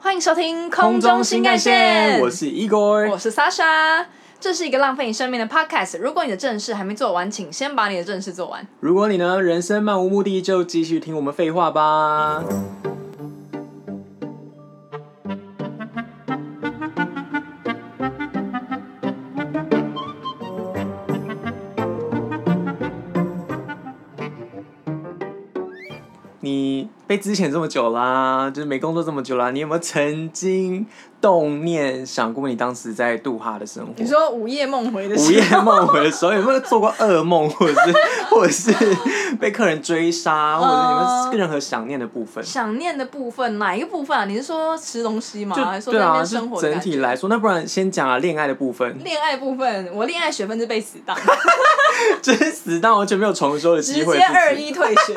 欢迎收听空中新干线，我是 Igor，我是 Sasha。这是一个浪费你生命的 podcast。如果你的正事还没做完，请先把你的正事做完。如果你呢人生漫无目的，就继续听我们废话吧。你被之前这么久啦，就是没工作这么久啦，你有没有曾经动念想过你当时在杜哈的生活？你说午夜梦 回的午时夜候，梦回的时候，有没有做过噩梦， 或者是或者是被客人追杀，或者嗯是有没有任何想念的部分？想念的部分哪一个部分啊？你是说吃东西吗？还是就说在对那啊，边就生活的整感觉？体来说，那不然先讲啊恋爱的部分， 恋爱部分，我恋爱学分是被死当，就是死到完全没有重修的 机直会。接二是不是一退 学。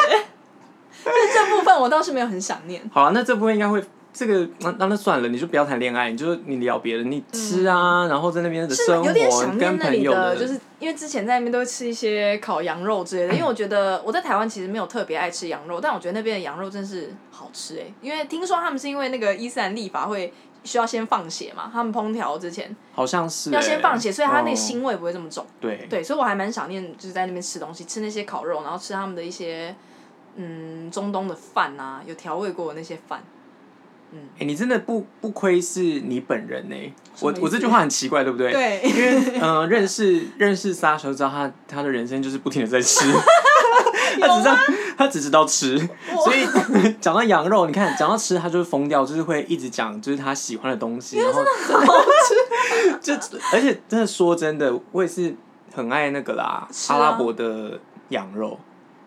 所以这部分我倒是没有很想念。好啊，那这部分应该会。这个那那那算了，你就不要谈恋爱，你就你聊别的，你吃啊，然后在那边的嗯是生有点活想念跟那朋里友的，就是因为之前在那边都会吃一些烤羊肉之类的，因为我觉得我在台湾其实没有特别爱吃羊肉，但我觉得那边的羊肉真是好吃哎、因为听说他们是因为那个伊斯兰立法会需要先放血嘛，他们烹调之前好像是要先放血，欸所以它那个哦腥味不会这么重。对对，所以我还蛮想念，就是在那边吃东西，吃那些烤肉，然后吃他们的一些嗯中东的饭啊，有调味过的那些饭。哎，你真的不不亏是你本人呢、什么我意思我这句话很奇怪，对不对？对，因 为呃，认识认识莎的时候，知道他他的人生就是不停的 在吃，他只知道他只知道吃，所以讲到羊肉，你看讲到吃，他就是疯掉，就是会一直讲就是他喜欢的东西，然后 就而且真的说真的，我也是很爱那个啦，是啊阿拉伯的羊肉，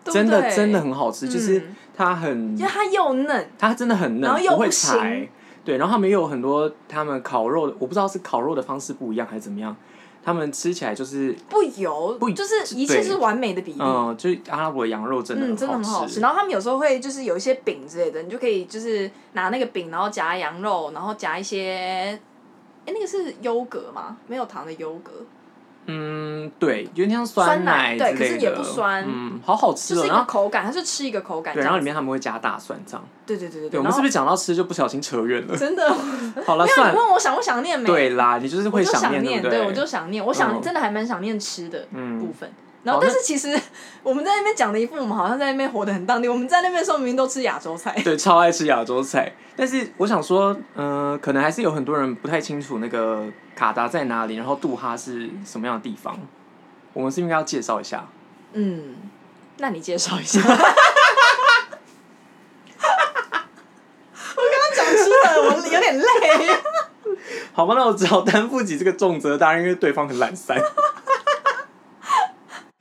对不真的对真的很好吃，就是嗯它很因为它又嫩，它真的很嫩，然后又不会不腥柴。对，然后他们又有很多他们烤肉的，我不知道是烤肉的方式不一样还是怎么样，他们吃起来就是，不油，不就是一切对是完美的比例。嗯、就是阿拉伯羊肉真的嗯，真的很好吃。吃。然后他们有时候会就是有一些饼之类的，你就可以就是拿那个饼，然后夹羊肉，然后夹一些，哎，那个是优格吗？没有糖的优格，嗯，对，有点像酸奶奶之类的，对可是也不酸嗯，好好吃就哦。是一然个后口感，它是吃一个口感这对，然样后子。里面他们会加大蒜这样。对对对对对，对。然我们后是不是讲到吃就不小心扯远 了？真 的？好了，那算你了。问我想不想念没？对啦，你就是我会就想念，不对我就想念，我想嗯真的还蛮想念吃的部嗯，分。然后，好但那是其实我们在那边讲的一副，我们好像在那边活得很当地。我们在那边的时候，明明都吃亚洲菜。 对，超爱吃亚洲菜。但是我想说，嗯、可能还是有很多人不太清楚那个卡达在哪里，然后杜哈是什么样的地方。我们是不是应该要介绍 一下。嗯，那你介绍一下。我刚刚讲吃的，我有点累。好吧，那我只好担负起这个重责大任，因为对方很懒散。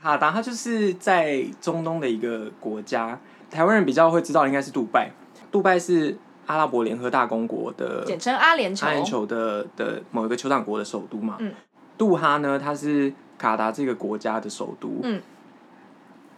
卡达它就是在中东的一个国家，台湾人比较会知道的应该是杜拜。杜拜是阿拉伯联合大公国的简称阿联酋。阿联酋的的某一个酋长国的首都嘛。嗯杜哈呢，它是卡达这个国家的首都。嗯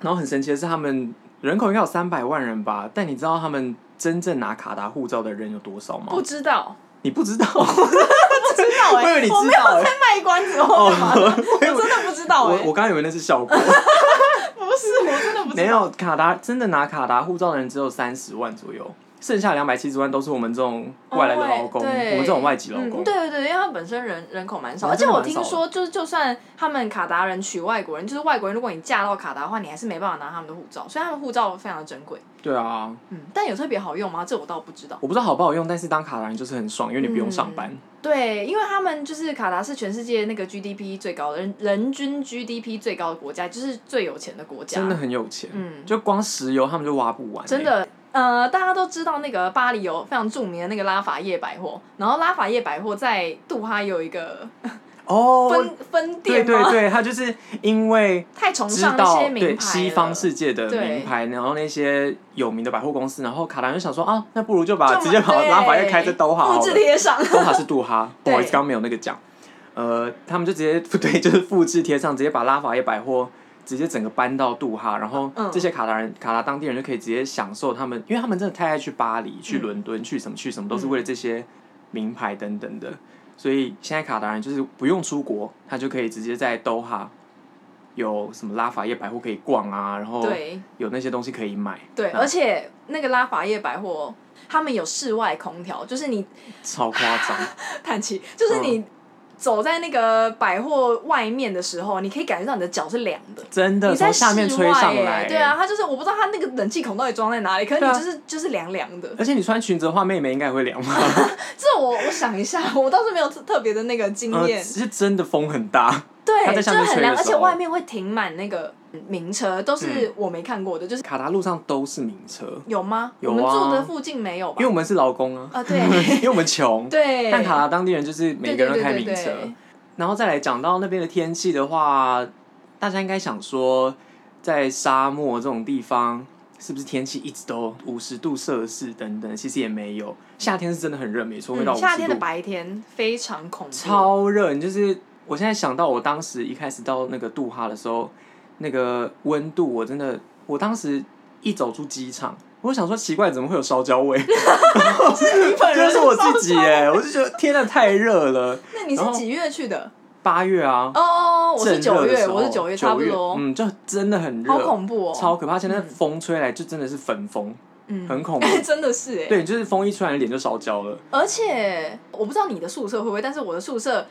然后很神奇的是，他们人口应该有三百万人吧，但你知道他们真正拿卡达护照的人有多少吗？不知道，你不知道？ 不知道哎、我以为你知道欸哦我没有在卖关子或干嘛的，我真的不知道我哎、我刚刚以为那 是效果，不是，我真的不知道。没有卡达真的拿卡达护照的人只有三十万左右，剩下两百七十万都是我们这种外来的劳工，哦我对们这种外籍劳工。嗯。对对对，因为他们本身人人口蛮少，而人且真的我蛮听少的说，就是就算他们卡达人娶外国人，就是外国人，如果你嫁到卡达的话，你还是没办法拿他们的护照，所以他们护照非常的珍贵。对啊，嗯，但有特别好用吗？这我倒不知道。我不知道好不好用，但是当卡达人就是很爽，因为你不嗯用上班。对，因为他们就是卡达是全世界那个 GDP 最高的人人均 GDP 最高的国家，就是最有钱的国家。真的，很有钱，嗯就光石油他们就挖不完、欸真，的。呃，大家都知道那个巴黎有非常著名的那个拉法叶百货，然后拉法叶百货在杜哈有一个哦，分、分对店吗？对对，他就是因为太崇知尚那道些名牌对了西方世界的对名牌，然后那些有名的百货公司，然后卡达就想说啊，那不如就把就直接把对拉法叶开在都哈好复制了，贴上。都哈是杜哈，不好意 思，对刚刚没有那个讲，呃，他们就直接对，就是复制贴上，直接把拉法叶百货。直接整个搬到杜哈，然后嗯这些卡达人、卡达当地人就可以直接享受他们，因为他们真的太爱去巴黎、去嗯伦敦、去什么去什么，都是嗯为了这些名牌等等的。所以现在卡达人就是不用出国，他就可以直接在都哈有什么拉法叶百货可以逛啊，然后对有那些东西可以买，对，那而且那个拉法叶百货，他们有室外空调，就是你 超夸张。叹气，嗯就是你走在那个百货外面的时候，你可以感觉到你的脚是凉的。真 的你在从下面室吹外上耶来、对啊，。它就是我不知道它那个冷气孔到底装在哪里，可是对你啊就是、就是凉凉的。而且你穿裙子的话，妹妹应该也会凉吧？这我我想一下，我倒是没有特特别的那个经验呃，，是真的风很大， 它对，在就下是面很吹凉，的而时且候嗯外，面会停满那个名车，都是我没看过的，就是卡达路上都是名车，有吗？有啊我们住的附近没有吧因为？我们是劳工啊，啊，对 因为我们穷，对，但卡达当地人就是每对个对人对都开对名对，车，然后再来讲到那边的天气的话，大家应该想说，在沙漠这种地方，是不是天气一直都五十度摄氏等等？其实也没有，夏天是真的很热，没错，会嗯，到五十度。夏天的白天非常恐怖， 超热，你就是我现在想到我当时一开始到那个杜哈的时候，那个温度我真的，我当时一走出机场，我想说奇怪怎么会有烧焦 味， 就是我自己耶、我就觉得天呐太热了，那你是然后几月去的？八月啊，哦哦，哦我是正九热的月，时候我是九月，差不多，嗯，就真的很热，好恐怖哦，超可怕，而且那风吹来就真的是粉风，嗯，很恐怖。真的是哎，对，就是风一吹来，脸就烧焦了。而且我不知道你的宿舍会不会，但是我的宿舍。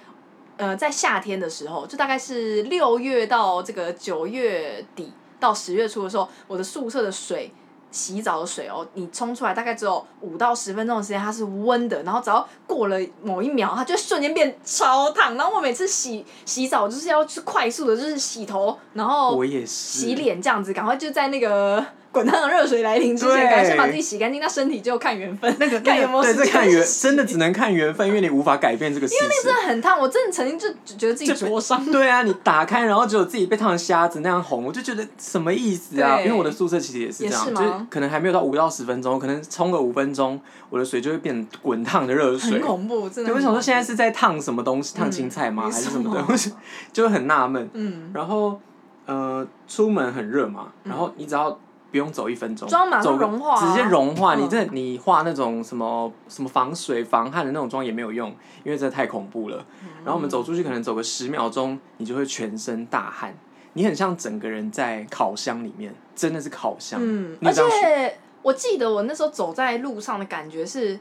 呃，在夏天的时候，就大概是六月到这个九月底到十月初的时候，我的宿舍的水，洗澡的水哦，你冲出来大概只有五到十分钟的时间，它是温的，然后只要过了某一秒，它就瞬间变超烫。然后我每次洗洗澡就是要去快速的，就是洗头，然后我也是，哦洗脸这样子，赶快就在那个滚烫的热水来临之前，对赶快先把自己洗干净。那身体就看缘分，那个看有没有对，时这间看缘，洗真的只能看缘分，因为你无法改变这个事真实。的很烫。我真的曾经就觉得自己这灼伤。对啊，你打开，然后只有自己被烫成瞎子那样红，我就觉得什么意思啊？对因为我的宿舍其实也是这样，也是吗就是可能还没有到五到十分钟，可能冲个五分钟，我的水就会变成滚烫的热水很。恐怖，真的很恐怖。对，我想说现在是在烫什么东西？烫青菜吗？没还是错什么的？我就 就会很纳闷。嗯，然后呃，出门很热嘛，然后你只要不用走一分钟，妆马上走个融化啊直接融化。嗯你这你画那种什么什么防水防汗的那种妆也没有用，因为这太恐怖了。嗯然后我们走出去，可能走个十秒钟，你就会全身大汗，你很像整个人在烤箱里面，真的是烤箱。嗯，你而有这样学且我记得我那时候走在路上的感觉是。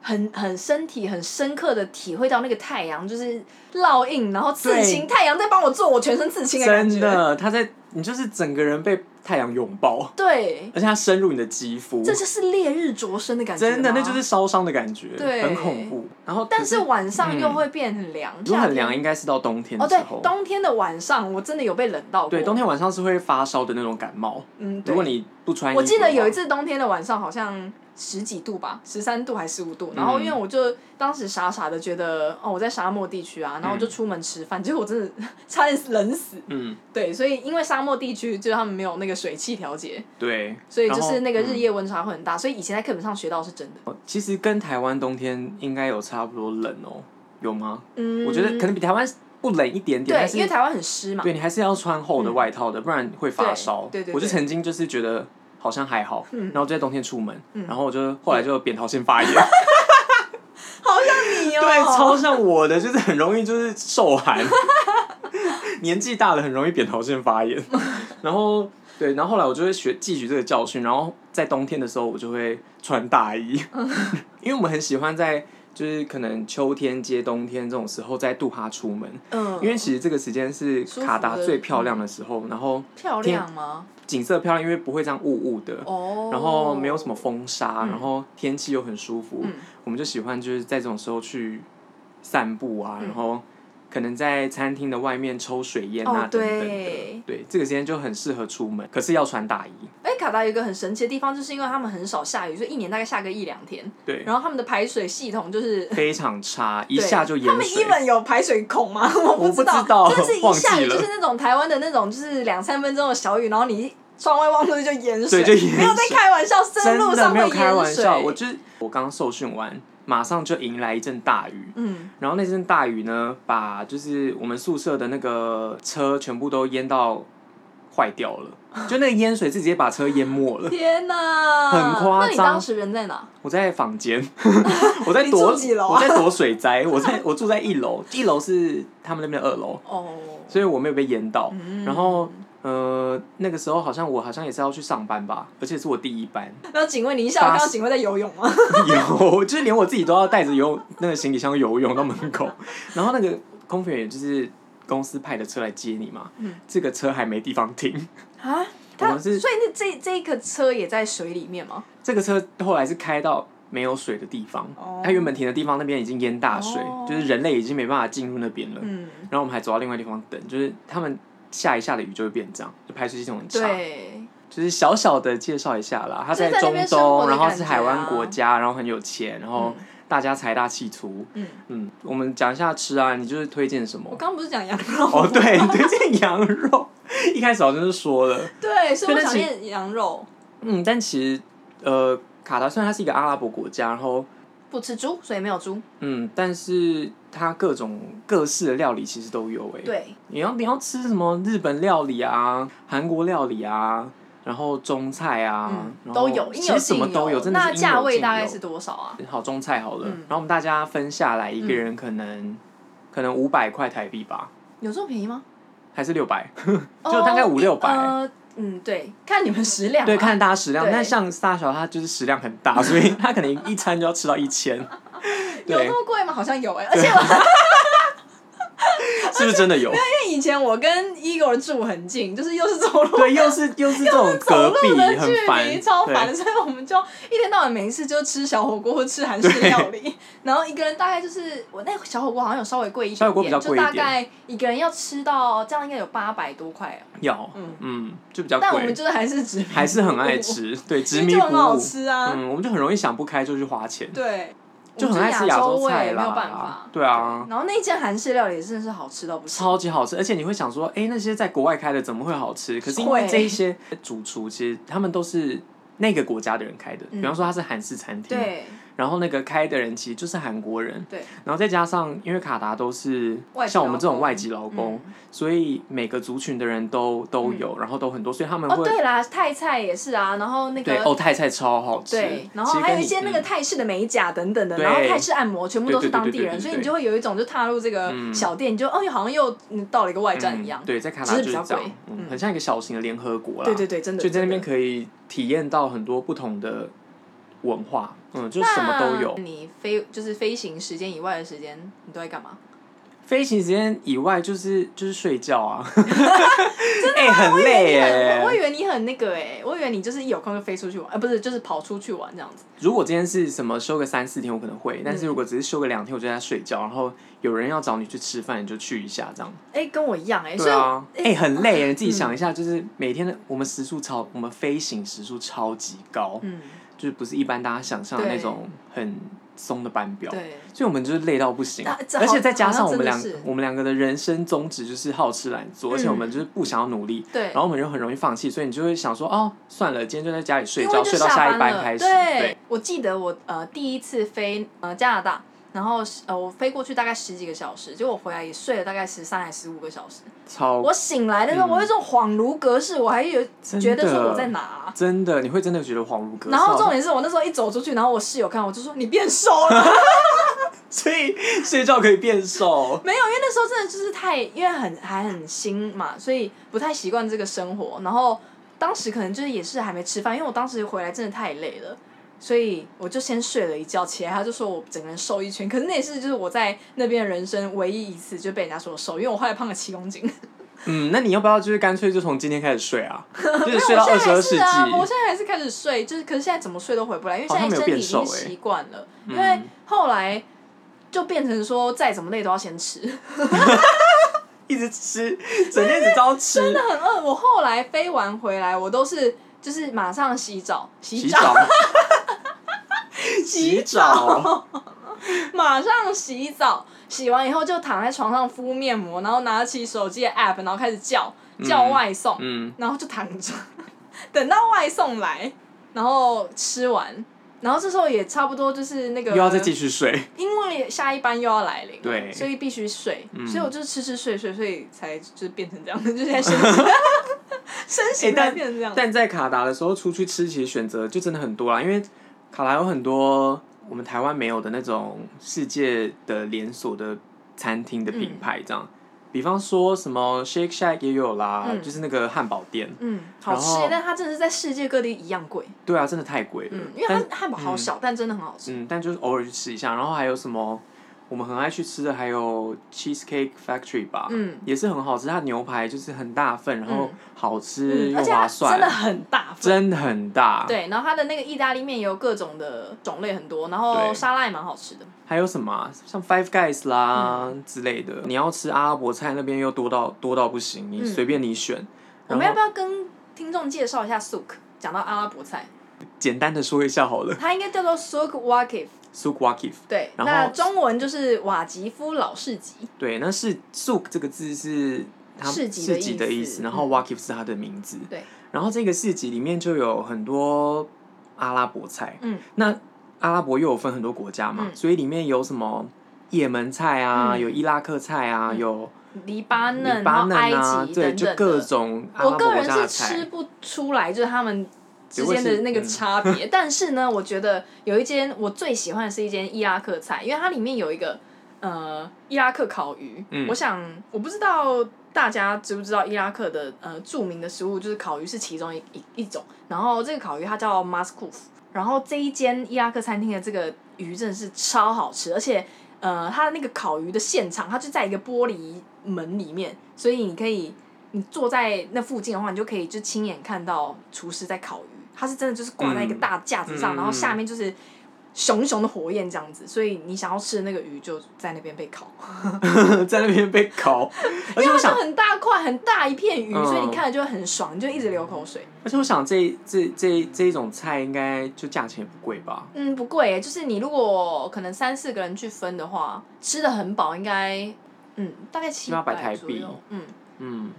很很身体很深刻的体会到那个太阳就是烙印，然后刺对青，太阳在帮我做我全身刺青的感真觉。的，它在你就是整个人被太阳拥抱，对，而且它深入你的肌肤，这就是烈日灼身的感觉吗。真的那就是烧伤的感觉，对很恐怖。然后可但是晚上又嗯会变很凉，如果夏很天凉，应该是到冬天哦，的时对候。，冬天的晚上我真的有被冷到过。对，冬天晚上是会发烧的那种感冒。嗯，对如果你不穿衣服我的话，记得有一次冬天的晚上，好像十几度吧，十三度还十五度。然嗯后因为我就当时傻傻的觉得，哦，我在沙漠地区啊，然后我就出门吃饭，结果我真的差点冷死。嗯，对，所以因为沙漠地区就是他们没有那个水汽调节，对，所以然就后是那个日、夜温差会很大。所以以前在课本上学到是真的。嗯其实跟台湾冬天应该有差不多冷哦，有吗？嗯，我觉得可能比台湾不冷一点点，对但，是因为台湾很湿嘛。对你还是要穿厚的外套的，不然会发烧。对对对我就对曾经就是觉得好像还好，嗯然后就在冬天出门，然后我就后来就扁桃腺发炎，好像你哦。对，超像我的，就是很容易就是 受寒，年纪大了很容易扁桃腺 发炎。然后对，然后后来我就会学汲取这个教训，然后在冬天的时候我就会穿大衣，嗯 因为我们很喜欢在就是可能秋天接冬天这种时候在杜哈出门，嗯，因为其实这个时间是舒服卡达的最漂亮的时候，然后漂亮吗？景色漂亮，因为不会这样雾雾的。哦，嗯然后没有什么风沙，然后天气又很舒服，我们就喜欢就是在这种时候去散步嗯啊，然后可能在餐厅的外面抽水烟啊、哦等等对的，对，这个时间就很适合出门，可是要穿大衣，哎，卡达有一个很神奇的地方，就是因为他们很少下雨，所以一年大概下个一两天。对，然后他们的排水系统就是，非常差，一对下就他淹们水 even 有排水孔吗？我我知不道，知道真的是一忘记下雨了就是那种台湾的那种，就是两三分钟的小雨，然后你一窗外望出去就淹水，对就淹水没有在开玩笑，真真路的上没会有开淹玩水。笑，我就是我刚受训完，马上就迎来一阵大雨，嗯，然后那阵大雨呢，把就是我们宿舍的那个车全部都淹到坏掉了，就那个淹水是直接把车淹没了。 天哪，很夸张那你当时人在哪？我在房间， 我在你躲，住几楼啊我在躲水灾，我在我住在一楼，一楼是他们那边的二楼，哦，所以我没有被淹到。嗯然后呃，那个时候好像我好像也是要去上班吧，而且是我第一班，那警卫，你一下午八看十到警卫在游泳吗？ 有就是连我自己都要带着游那个行李箱游泳到门口， 然后那个空服员也就是公司派的车来接你嘛，嗯这个车还没地方停， 啊，我他们是所以那这这个车也在水里面吗？这个车后来是开到没有水的地方，哦它原本停的地方那边已经淹大水，哦就是人类已经没办法进入那边了。嗯，然后我们还走到另外地方等，就是他们下一下的雨就会变这样，就排水系统很差。对，就是小小的介绍一下啦，他就是在那中边生活东，的然后感是觉海湾啊国家，然后很有钱，然后嗯大家财大气粗。嗯，嗯，我们讲一下吃啊，你就是推荐什我 么？刚不是讲羊肉？哦，对，推荐羊 肉。一开始好像是说了，对，所以我对那想其念羊肉，嗯，但其实呃，卡达虽然它是一个阿拉伯国家，然后不吃猪，所以没有猪。嗯，但是它各种各式的料理其实都有诶、对，你要你要吃什么日本料理啊，韩国料理啊，然后中菜啊，嗯，然都后有，应其实什么都有，真的是那应有价位尽大概有是多少啊？好中菜好了，嗯然后我们大家分下来，一个嗯人可能、可能五百块台币吧，有这么便宜吗？还是六百，就大概哦五六百。呃，嗯，对，看你们食量。啊 对，。看大家食量，对但像大小它就是食量很大，所以它可能一餐就要吃到一千， 有对那，么贵吗？好像有哎、而 且我因是不是真的有？为以前我跟 Igor 住很近，就是又是走路对，又是又是这种隔走壁路的距很离烦，超对烦的，所以我们就一天到晚每一次就吃小火锅或吃韩式料理，然后一个人大概就是我那小火锅好像有稍微贵一小火点锅点，就比较贵一大点概一个人要吃到这样应该有八百多块、啊，要，嗯嗯，就比较但我贵们，就是还是只还是很爱，吃，对，其执实迷 就不很好悟，吃啊，嗯，我们就很容易想不开就去花钱，对，就我们很爱吃亚亚洲味菜没有办法啦，。对啊，然后那一间韩式料理真的是好吃到不行，超级好吃，而且你会想说，哎、那些在国外开的怎么会好吃？可是因为会这一些主厨其实他们都是那个国家的人开的，嗯比方说他是韩式餐厅，对然后那个开的人其实就是韩国人，对，然后再加上因为卡达都是外籍像我们这种劳工嗯外籍劳工，所以每个族群的人都都有，然后都很多，所以他们哦会、对啦，泰菜也是啊，然后那对个哦泰菜超好吃，对，然其后实还有跟一你些那个嗯泰式的美甲等等的，对然后泰式按摩全部都是当地对对对对对对人，所以你就会有一种就踏入这个嗯小店，你就哦，好像又嗯到了一个外站一样嗯。对，在卡只达就是是比较这样贵，嗯嗯很像一个小型的联合国啦，对对对，真的。就在那边真的可以体验到很多不同的文化，嗯，就什么都有那。你飞就是飞行时间以外的时间，你都在干嘛？飞行时间以外，就是就是睡 觉啊， 哎、很累我我以耶。为你很那个哎，我以为你就是一有空就飞出去玩，呃，不是，就是跑出去玩这样子。如果今天是什么休个三四天，我可能嗯会；但是如果只是休个两天，我就在睡觉。然后有人要找你去吃饭，你就去一下这样。哎，跟我一样哎，所对以啊，哎、很累耶。你自己嗯想一下，就是每天的我们时速超，我们飞行时速超级高，嗯，就是不是一般大家想象的那对种很松的班表。对，所以我们就是累到不行那，这好而且再加上我们两好像真的是我们两个的人生宗旨就是好吃懒嗯做，而且我们就是不想要努力，对然后我们就很容易放弃，所以你就会想说哦，算了，今天就在家里睡因觉，为就睡到下下一班班了。开始，对对，，我记得我呃第一次飞呃加拿大，然后是呃我飞过去大概十几个小时，结果我回来也睡了大概十三还十五个小时。超我醒来的时候，嗯我有一种恍如隔世，我还有真的觉得说我在哪 啊、真的，你会真的觉得恍如隔世。然后重点是我那时候一走出去，然后我室友看我就说你变瘦了，，所以睡觉可以变瘦没有，因为那时候真的就是太，因为很还很新嘛，所以不太习惯这个生活。然后当时可能就是也是还没吃饭，因为我当时回来真的太累了，所以我就先睡了一觉，起来他就说我整个人瘦一圈。可是那也是就是我在那边人生唯一一次就被人家说我瘦，因为我后来胖了七公斤。嗯，那你要不要就是干脆就从今天开始睡 啊？就是我睡现到在二十还二世是纪，啊，我现在还是开始睡，就是可是现在怎么睡都回不来，因为好现像在没有身体已经变瘦欸习惯了。嗯因为后来就变成说，再怎么累都要先吃。一直吃，整天只知道吃，真的很饿，我后来飞完回来，我都是就是马上洗澡，洗洗澡， 澡， 洗澡，马上洗澡，洗完以后就躺在床上敷面膜，然后拿起手机的 app，然后开始叫叫外送，嗯，然后就躺着，等到外送来，然后吃完。然后这时候也差不多就是那个又要再继续睡。因为下一班又要来临，对所以必须睡，嗯 所以我就吃吃睡睡，所以才就是变成这样，就现在身体身身形哎但才变成这样。但在卡达的时候出去吃，其实选择就真的很多啦，因为卡达有很多我们台湾没有的那种世界的连锁的餐厅的嗯品牌，这样。比方说什么 Shake Shack 也有啦，嗯就是那个汉堡店。嗯，好然吃后，但它真的是在世界各地一样贵。对啊，真的太贵了。嗯，因为但它汉堡好小，但真的很好吃。嗯，但就是偶尔去吃一下。然后还有什么我们很爱去吃的，还有 Cheesecake Factory 吧，嗯也是很好吃。它牛排就是很大份，然后嗯好吃嗯，又而且划它算，真的很大份。真的很大。，对，然后它的那个意大利面也有各种的种类很多，然后对沙拉也蛮好吃的。还有什么啊、像 Five Guys 啦、嗯之类的，你要吃阿拉伯菜那边又多到多到不行，你嗯随便你选。我然们要后不要跟听众介绍一下 souk？讲到阿拉伯菜，简单的说一下好了它应该叫做 souk wakif。 s u k w a k i f 对，然后那中文就是瓦吉夫老市集。对，那是 “suk” 这个字是它市市集的集的意意思思，然后嗯 “wakif” 是它的名字。对，然后这个市集里面就有很多阿拉伯菜，嗯，那阿拉伯又有分很多国家嘛，嗯所以里面有什么也门菜啊，嗯有伊拉克菜啊，嗯有黎巴嫩、黎巴嫩然后啊埃，及对，等就等各的。种阿我拉个伯国人家的是吃菜。不出来，就是他们之间的那个差别。但是呢，我觉得有一间我最喜欢的是一间伊拉克菜，因为它里面有一个呃伊拉克烤鱼。嗯我想我不知道大家知不知道伊拉克的呃著名的食物就是烤鱼是其中一一一种，然后这个烤鱼它叫 maskouf，然后这一间伊拉克餐厅的这个鱼真的是超好吃，而且呃，它的那个烤鱼的现场，它就在一个玻璃门里面，所以你可以你坐在那附近的话，你就可以就亲眼看到厨师在烤鱼，它是真的就是挂在一个嗯大架子上，嗯然后下面就是熊熊的火焰这样子，所以你想要吃的那个鱼就在那边被烤，嗯在那边被 烤，而且因我为它想就，很大块很大一片鱼，嗯所以你看了就会很爽，你就一直流口水。而且我想这这这这一种菜应该就价钱也不贵吧？嗯，不贵耶，就是你如果可能三四个人去分的话，吃的很饱，应该嗯大概七700台左右币，嗯。嗯，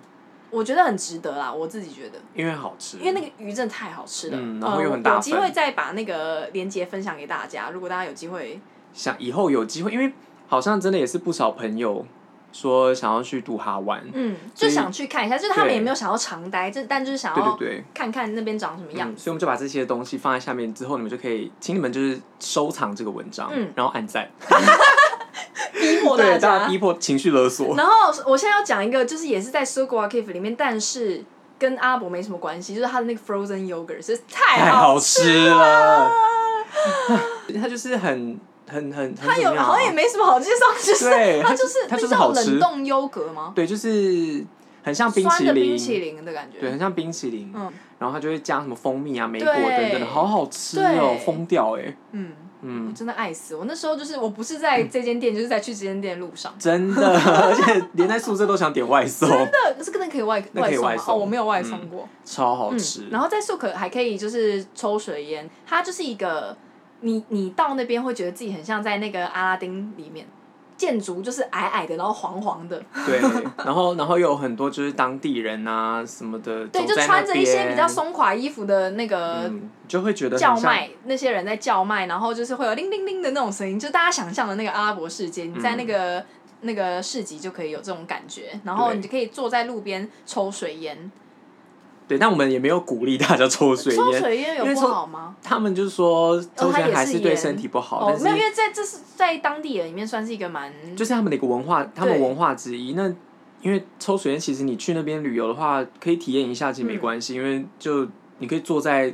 我觉得很值得啦，我自己觉得，因为好吃，因为那个鱼真的太好吃了。嗯然后又很呃、大有机份会再把那个链接分享给大家，如果大家有机会，想以后有机会，因为好像真的也是不少朋友说想要去杜哈湾，嗯，所就以想去看一下，就是他们对也没有想要常待，就但就是想对要对对。看看那边长什么样嗯，。所以我们就把这些东西放在下面之后，你们就可以，请你们就是收藏这个文章，嗯然后按赞，逼迫对，大家家。逼迫情绪勒索，然后我现在要讲一个，就是也是在 s u g w a k i f 里面，但是跟阿伯没什么关系，就是它的那个 frozen yogurt 是太太好好吃。吃了， 它就是很很很，它它有好像也没什么好介绍，就是 对，它就是它那就是叫好吃冷，冻优格吗？对，就是很像冰酸淇的淋，冰淇淋的感觉。对，很像冰淇淋，嗯然后它就会加什么蜂蜜啊、莓果对等等的，好好吃哦对，疯掉哎、嗯。我嗯，真的爱死我！那时候就是我不是在这间店，就是在去这间店的路上。真的，而且连在宿舍都想点外送，那可是那可以外那可以送吗外哦，送我没有外送过。超好嗯吃。然后在素可还可以就是抽水烟，它就是一个你你到那边会觉得自己很像在那个阿拉丁里面，建筑就是矮矮的，然后黄黄的，对，然后然后又有很多就是当地人啊什么的，对，就走在那穿着一些边比较，松垮衣服的那个嗯，就会觉得很叫像，卖，那些人在叫卖，然后就是会有铃铃铃的那种声音，就大家想象的那个阿拉伯世界，你嗯在那个、那个市集就可以有这种感觉，然后对你就可以坐在路边抽水烟，对，但我们也没有鼓励大家抽水抽烟。水烟有因为不抽好吗？他们就是说，抽它烟也还是对烟身体不好，哦，没有，但因是为在这是在当地人里面算是一个蛮就是他们的一个文化，他们对文化之一。那因为抽水烟，其实你去那边旅游的话，可以体验一下，其实没嗯关系，因为就你可以坐在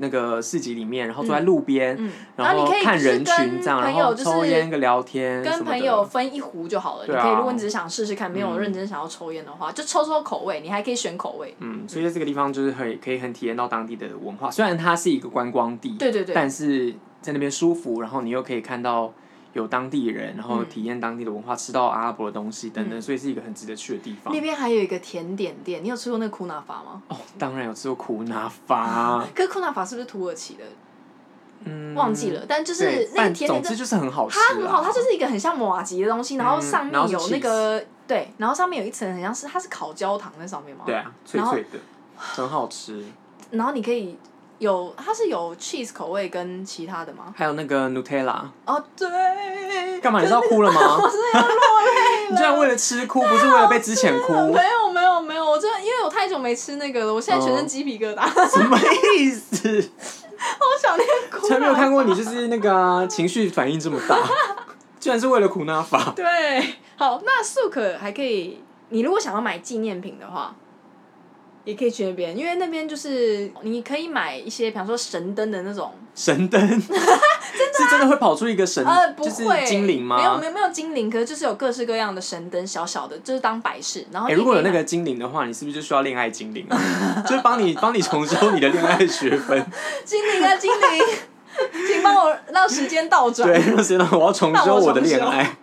那个市集里面，然后坐在路边，嗯，然后你后可以看就是人群跟这样，朋然友后就抽烟是。跟聊天什跟么朋的友分一壶就好了。对你可以，啊如果你只是想试试看，没有认真想要抽烟的话，就抽抽口味。你还可以选口味。嗯，所以在这个地方就是很可以很体验到当地的文化，虽然它是一个观光地，对对对，但是在那边舒服，然后你又可以看到有当地人，然后嗯体验当地的文化，吃到阿拉伯的东西等等，嗯所以是一个很值得去的地方那。边还有一个甜点店，你有吃过那个库纳法吗？哦，当然有吃过苦拿法，可是库纳法是不是土耳其的？嗯，忘记了，但就对，是那个但甜总点之真的，就是很好吃，啊它很好，它就。是一个很像马吉的东西，然后上嗯然面后是有那个、对，然后上面有一层很像是它是烤焦糖在上面嘛，对啊，脆然后脆的，很好吃。然后你可以有它是有 cheese 口味跟其他的吗？还有那个 Nutella，哦，对，干嘛？你是要哭 了吗？我真的要落泪了，你居然为了吃哭，不是为了被之前哭 没？有没有没有，我真的因为我太太久没吃那个了，我现在全哦身鸡皮疙瘩， 好什么意思？想念苦。才没有看过你就是那个啊、情绪反应 这么大，居然是为了苦纳法。对，好，那素可还可以，你如果想要买纪念品的话，也可以去那边，因为那边就是你可以买一些，比方说神灯的那种，神灯，是真的会跑出一个神，啊呃，不就是会精灵吗？没有没有没有精灵，可是就是有各式各样的神灯，小小哦的，就是当摆饰。然后哎、你如果有那可以个精灵的话，你是不是就需要恋爱精灵 啊？就是帮你帮你重修你的恋爱学分，买精灵啊精灵， 请帮我让时间倒转。对，就是那我要重修我的恋爱，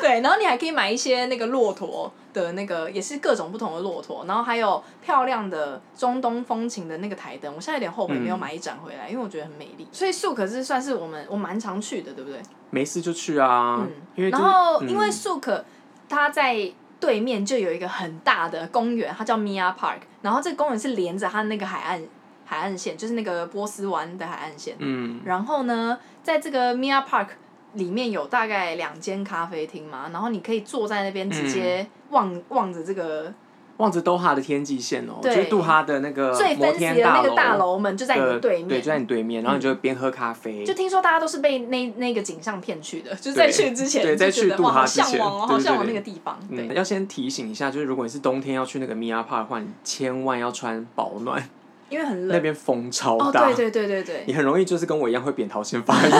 对，然后你还可以买一些那个骆驼的那个，也是各种不同的骆驼，然后还有漂亮的中东风情的那个台灯。我现在有点后悔没有嗯买一盏回来，因为我觉得很美丽。所以素可是算是我们我蛮常去的，对不对？没事就去啊，因为就嗯然后因为嗯素可它在对面就有一个很大的公园，它叫 Mia Park，然后这个公园是连着它那个海岸海岸线，就是那个波斯湾的海岸线。嗯，然后呢，在这个 Mia Park 里面有大概两间咖啡厅嘛，然后你可以坐在那边嗯直接望、望着这个望着都哈的天际线哦，就对是杜哈的那个最呃摩 fancy 天的那个大大楼们就在你的对对，面。嗯就在你对面，然后你就边喝咖啡，就听说大家都是被那那个景象骗去的，就是在去之前对在就觉去得杜哇，好哈之向前往哦，对好对向往那对个地方。对嗯，，要先提醒一下，就是如果你是冬天要去那个 Mia Park 的话，你千万要穿保暖，因为很那冷。边风超哦，大，对对对对对。你很容易就是跟我一样会扁桃腺发炎，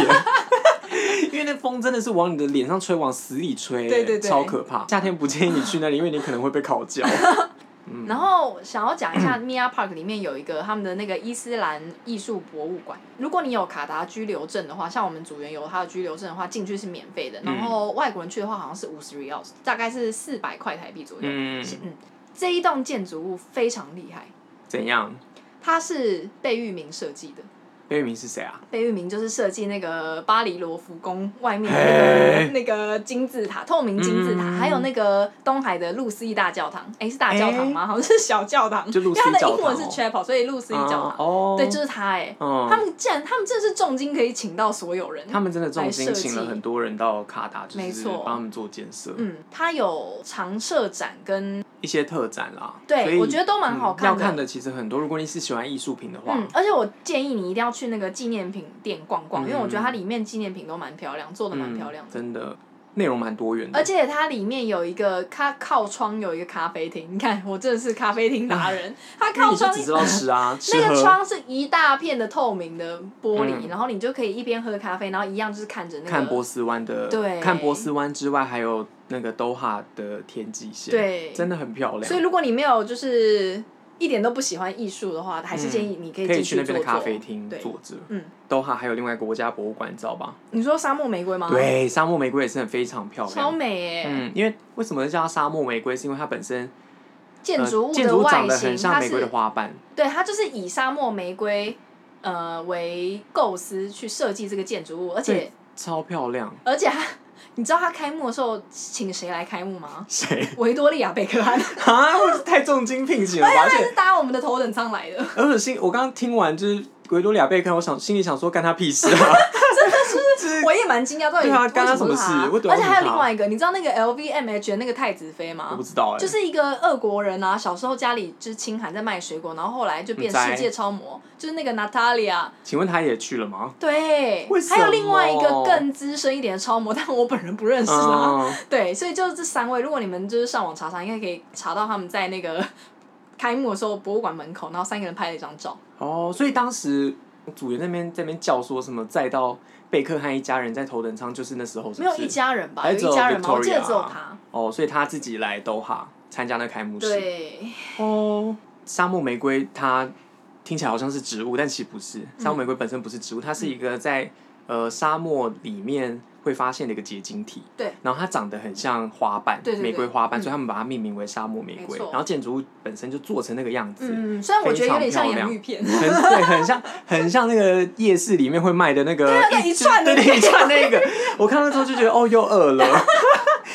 因为那风真的是往你的脸上吹，往死里吹，对对对超可怕。夏天不建议你去那里，因为你可能会被烤 焦。然后想要讲一下 Mia Park 里面有一个他们的那个伊斯兰艺术博物馆。如果你有卡达居留证的话，像我们组员有他的居留证的话，进去是免费的。然后外国人去的话，好像是五十 reals，大概是四百块台币左右。嗯，这一栋建筑物非常厉害，怎样？它是贝聿铭设计的。贝聿铭是谁啊？贝聿铭就是设计那个巴黎罗浮宫外面的嘿那个那个金字塔，透明金字塔，嗯还有那个东海的露丝义大教堂，哎、是大教堂吗？好像是小教堂，就因露为丝义它的教堂英文是哦 chapel，所以露丝义教啊堂，哦，对，就是他哎、嗯他们竟然，他们真的是重金可以请到所有人，他们真的重金请来设了计很多人到卡达，就没是错帮他们做建设，嗯，他有常设展跟一些特展啦。对所以我觉得都蛮好看的嗯要看的其实很多，如果你是喜欢艺术品的话，嗯，而且我建议你一定要去那个纪念品店逛逛，嗯因为我觉得它里面纪念品都蛮漂亮，做的蛮漂亮的。真的内容蛮多元的。而且它里面有一个，它靠窗有一个咖啡厅。你看，我真的是咖啡厅达 人。它因为靠你就窗只知道 吃啊，吃那个喝窗是一大片的透明的玻璃，嗯然后你就可以一边喝咖啡，然后一样就是看着那个看波斯湾的，对看波斯湾之外，还有那个都哈的天际线，对真的很漂亮。所以如果你没有就是一点都不喜欢艺术的话，还是建议你可以嗯可以进去那坐边坐。的咖啡厅对，坐着。嗯，都哈还有另外一个国家博物馆，你知道吧？你说沙漠玫瑰吗？，对，沙漠玫瑰也是很非常漂啊超亮。美耶、嗯，因为为什么叫它沙漠玫瑰？是因为它本身建筑呃物建的筑物长外得形，很它像玫是瑰的花瓣，对，它就是以沙漠玫瑰呃为构思去设计这个建筑物，而且对超漂亮。而且他，你知道他开幕的时候请谁来开幕吗？谁 维多利亚贝克汉，啊？会不会太重金聘请了吧？他而且是搭我们的头等舱来的，而且心，我刚刚听完就是维多利亚贝克，我想心里想说干他 屁事啊！ 我也蛮惊讶，到底对啊为干他什么么是事为什么而且还有是他另外一个，你知道那个 LVMH 的那个太子妃我吗不？知道哎、就是一个俄国人啊，小时候家里就是清寒在卖水果，然后后来就变你猜世界超模，就是那个 Natalia。请问他也去了吗？对为，什还有另外一个么更资深一点的超模，但我本人不 认识啊。嗯，对，所以就是这三位，如果你们就是上网查查，应该可以查到他们在那个 开幕的时候，博物馆门口，然后三个人拍了一张照。哦，所以当时组员那边在那边叫说什么，再到贝克汉一家人在头等舱，就是那时候是没不有是一家人吧？还有只有一家人吗？ Victoria 我记得只有他。哦，所以他自己来都哈参加那开幕式。对，哦，沙漠玫瑰它听起来好像是植物，但其实不是。嗯沙漠玫瑰本身不是植物，它是一个在呃沙漠里面会发现的一个结晶体。对。然后它长得很像花瓣，对对对玫瑰花瓣，嗯所以他们把它命名为沙漠玫没瑰错。然后建筑物本身就做成那个样子。嗯，虽然我觉得有点像非常漂洋亮芋片， 很 对，很像很像那个夜市里面会卖的那个，啊对一串的对对一串那个。我看到之后就觉得哦，又饿了，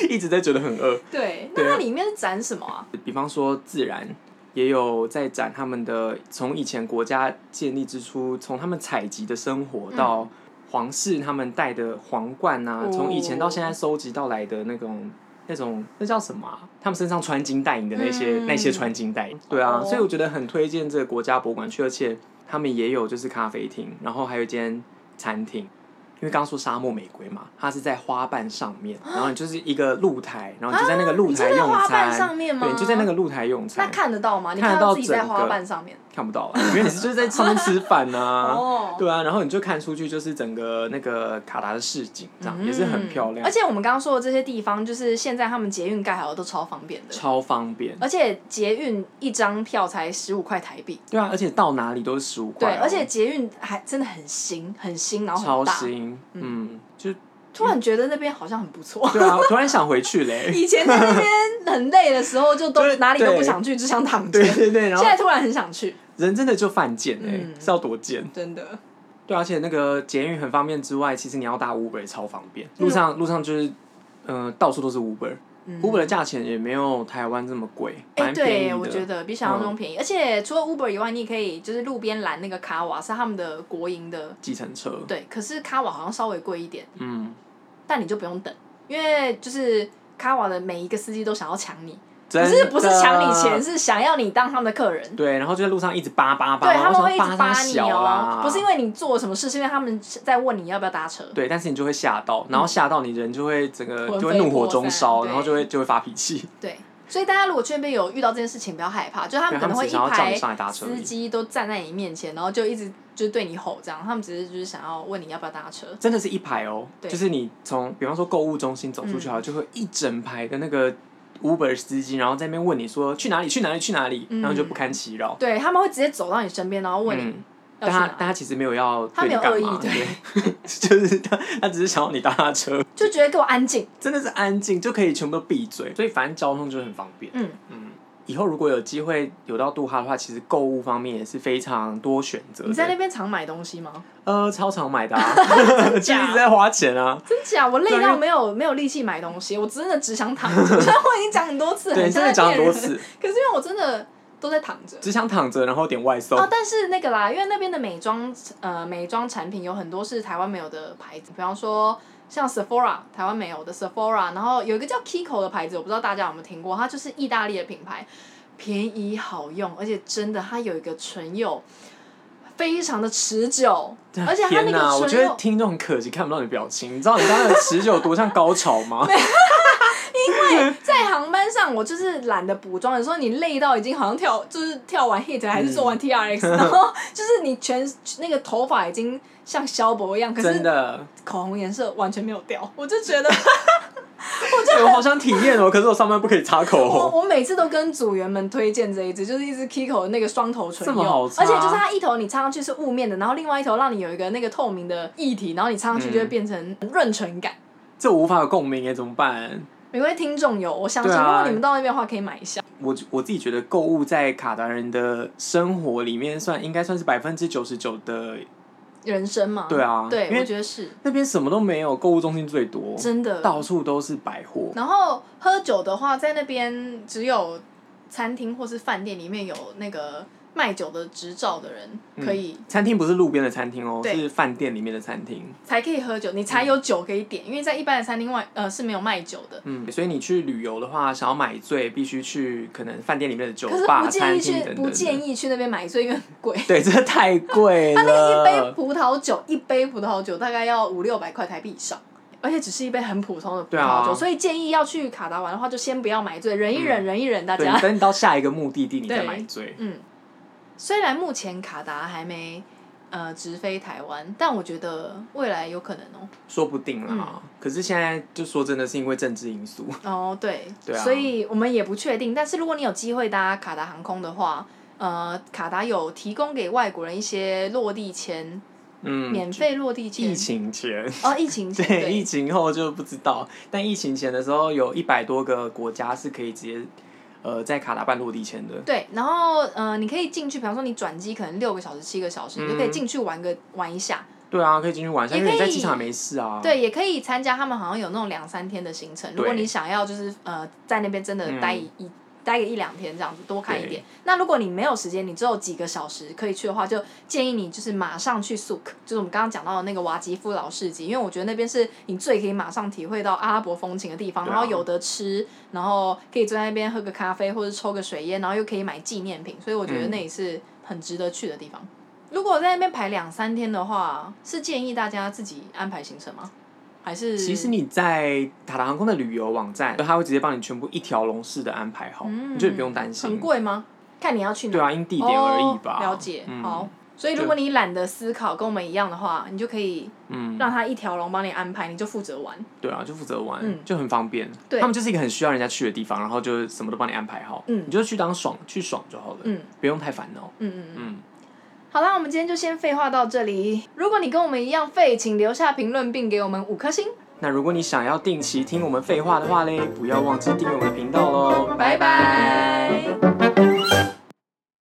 一直在觉得很饿。对，那对啊它里面是展什么啊？比方说自然。也有在展他们的从以前国家建立之初，从他们采集的生嗯活到皇室他们戴的皇冠啊，哦从以前到现在收集到来的那种那种那叫什么啊、他们身上穿金戴银的那些、嗯那些穿金戴银，对啊，哦所以我觉得很推荐这个国家博物馆去，而且他们也有就是咖啡厅，然后还有一间餐厅，因为刚刚说沙漠玫瑰嘛，它是在花瓣上面，啊然后你就是一个露台，然后你就在那个露你台就在用花瓣餐，上面吗？对，你就在那个露台用那餐，看得到吗？你看得到到自己在整个花瓣上面？看不到啊，因为你就是在上面吃饭呐、 哦对啊，然后你就看出去就是整个那个卡达的市景，这样、也是很漂嗯亮，而且我们刚刚说的这些地方，就是现在他们捷运盖好了都超方便的，超方便。而且捷运一张票才十五块台币，对啊，而且到哪里都是十五对块哦、，而且捷运还真的很新，很新，然后超很大。新，嗯，就突然觉得那边好像很不错。 对啊，突然想回去嘞。以前在那边很累的时候，就都对哪里都不对想去，只想躺着。对现对对，然后在突然很想去，人真的就犯贱哎、嗯是要多贱？真的。对啊、而且那个捷运很方便之外，其实你要搭 Uber 也超方便，路上、路上就是，呃，到处都是 Uber，Uber、嗯 Uber 的价钱也没有台湾这么贵，哎、蛮便宜对，的。嗯我觉得比想象中便宜，而且除了 Uber 以外，你也可以就是路边拦那个卡瓦是他们的国营的，计程车，对。可是卡瓦好像稍微贵一点，嗯，但你就不用等，因为就是卡瓦的每一个司机都想要抢你，真可是不是抢你钱，的？是想要你当他们的客人。对，然后就在路上一直叭叭叭，对，他们我想会一直叭扒他你小啊哦啦，，不是因为你做了什么事，是因为他们在问你要不要搭车。对，但是你就会吓到，然后吓到你人就会整个嗯魂就飞会怒火魄中散烧，对然后就会就会发脾气。对，所以大家如果去那边有遇到这件事情，不要害怕，就是他们对可能会他们只一想要叫你上来排搭车而已司机都站在你面前，然后就一直就对你吼这样，他们只是就是想要问你要不要搭车。真的是一排哦，对嗯就是你从比方说购物中心走出去，好了，就会一整排的那个 Uber 司机，然后在那边问你说去哪里去哪里去哪嗯里，然后就不堪其扰。对他们会直接走到你身边，然后问你嗯，要但去他哪，但他其实没有要他对没你有恶干意嘛，对， 就是他他只是想要你搭他的车，就觉得给我安静。真的是安静就可以全部都闭嘴，所以反正交通就很方便。嗯，以后如果有机会有到杜哈的话，其实购物方面也是非常多选择的。你在那边常买东西吗？呃超常买 的、啊， 就假一直在花钱啊。真假？我累对因到为没有没有力气买东西，我真的只想躺着。 虽然我已经讲很多次，对，很像真的讲在很骗多人，次，可是因为我真的都在躺着。只想躺着，然后点外送。哦，但是那个啦，因为那边的美妆呃美妆产品有很多是台湾没有的牌子，比方说像 Sephora 台湾没有的 Sephora，然后有一个叫 Kiko 的牌子，我不知道大家有没有听过，它就是意大利的品牌，便宜好用，而且真的它有一个唇釉非常的持久，而且它那啊天哪，个我觉唇得釉。听众很可惜看不到你的表情，你 知道你刚才的持久多像高潮吗？在航班上，我就是懒得补妆，有时候你累到已经好像跳，就是跳完 hit 还是做嗯完 T R X，、然后就是你全那个头发已经像萧伯 一样，可是真的，口红颜色完全没有掉，我就 觉得对哎我好想体验哦，可是我上班不可以擦口哦我红。我每次都跟组员们推荐这一支，就是一支 Kiko 的那个双头唇这釉，么好擦而且就是它一头你擦上去是雾面的，然后另外一头让你有一个那个透明的液体，然后你擦上去嗯就会变成润唇感。这我无法有共鸣哎，怎么办？没关系，听众有，我相信、对啊如果你们到那边的话，可以买一下。我我自己觉得购物在卡达人的生活里面算应该算是百分之九十九的，人生嘛，对啊因对，为我觉得是那边什么都没有，购物中心最多，真的。到处都是百货。然后喝酒的话，在那边只有餐厅或是饭店里面有那个卖酒的执照的人嗯可以餐厅不是路边的餐厅哦，对是饭店里面的餐厅。才可以喝酒，你才有酒可以点，因为在一般的餐厅外，呃是没有卖酒的。嗯，所以你去旅游的话，想要买醉，必须去可能饭店里面的酒可是吧、不建餐议厅去等，等不的。建议去那边买醉，因为很贵。 对，这太贵他那个一杯了。葡萄酒，一杯葡萄酒大概要五六百块台币以上，而且只是一杯很普通的葡对萄啊嗯酒，所以建议要去卡达玩的话，就先不要买醉，忍一忍，忍一忍，大对，你家。等你到下一个目的地，你再对买醉。嗯，虽然目前卡达还没呃直飞台湾，但我觉得未来有可能哦。说不定嗯啦。可是现在就说真的是因为政治因素，哦，对，对啊所以我们也不确定。但是如果你有机会搭卡达航空的话，呃，卡达有提供给外国人一些落地签，嗯，免费落地签。疫情前，哦，疫情签 对，疫对，情后就不知道。但疫情前的时候，有一百多个国家是可以直接呃在卡达办落地签的。对，然后呃，你可以进去，比方说你转机可能六个小时、七个小时，你就可嗯以进去玩个玩一下。对啊，可以进去玩一下，也因为你可在以机场没事啊。对，也可以参加他们好像有那种两三天的行程。如果对嗯你想要就是呃在那边真的待一一待个一两天这样子，多看一对点。那如果你没有时间，你只有几个小时可以去的话，就建议你就是马上去 Souk，就是我们刚刚讲到的那个瓦吉夫老市集，因为我觉得那边是你最可以马上体会到阿拉伯风情的地方，对啊然后有得吃，然后可以坐在那边喝个咖啡或者抽个水烟，然后又可以买纪念品，所以我觉得嗯那也是很值得去的地方。如果在那边排两三天的话，是建议大家自己安排行程吗？还是其实你在塔塔航空的旅游网站，它会直接帮你全部一条龙式的安排好，嗯你就不用担心。很贵吗？看你要去哪。对啊，因地点而已吧。哦、了解，嗯、好。。所以如果你懒得思考，跟我们一样的话，你就可以嗯，让他一条龙帮你安排，你就负责玩。对啊，就负责玩，嗯就很方便。对他们就是一个很需要人家去的地方，然后就什么都帮你安排好，嗯你就去当爽去爽就好了，嗯不用太烦恼。嗯嗯嗯。嗯，好啦，我们今天就先废话到这里。如果你跟我们一样废，请留下评论并给我们五颗星。那如果你想要定期听我们废话的话嘞，不要忘记订阅我们的频道喽。拜拜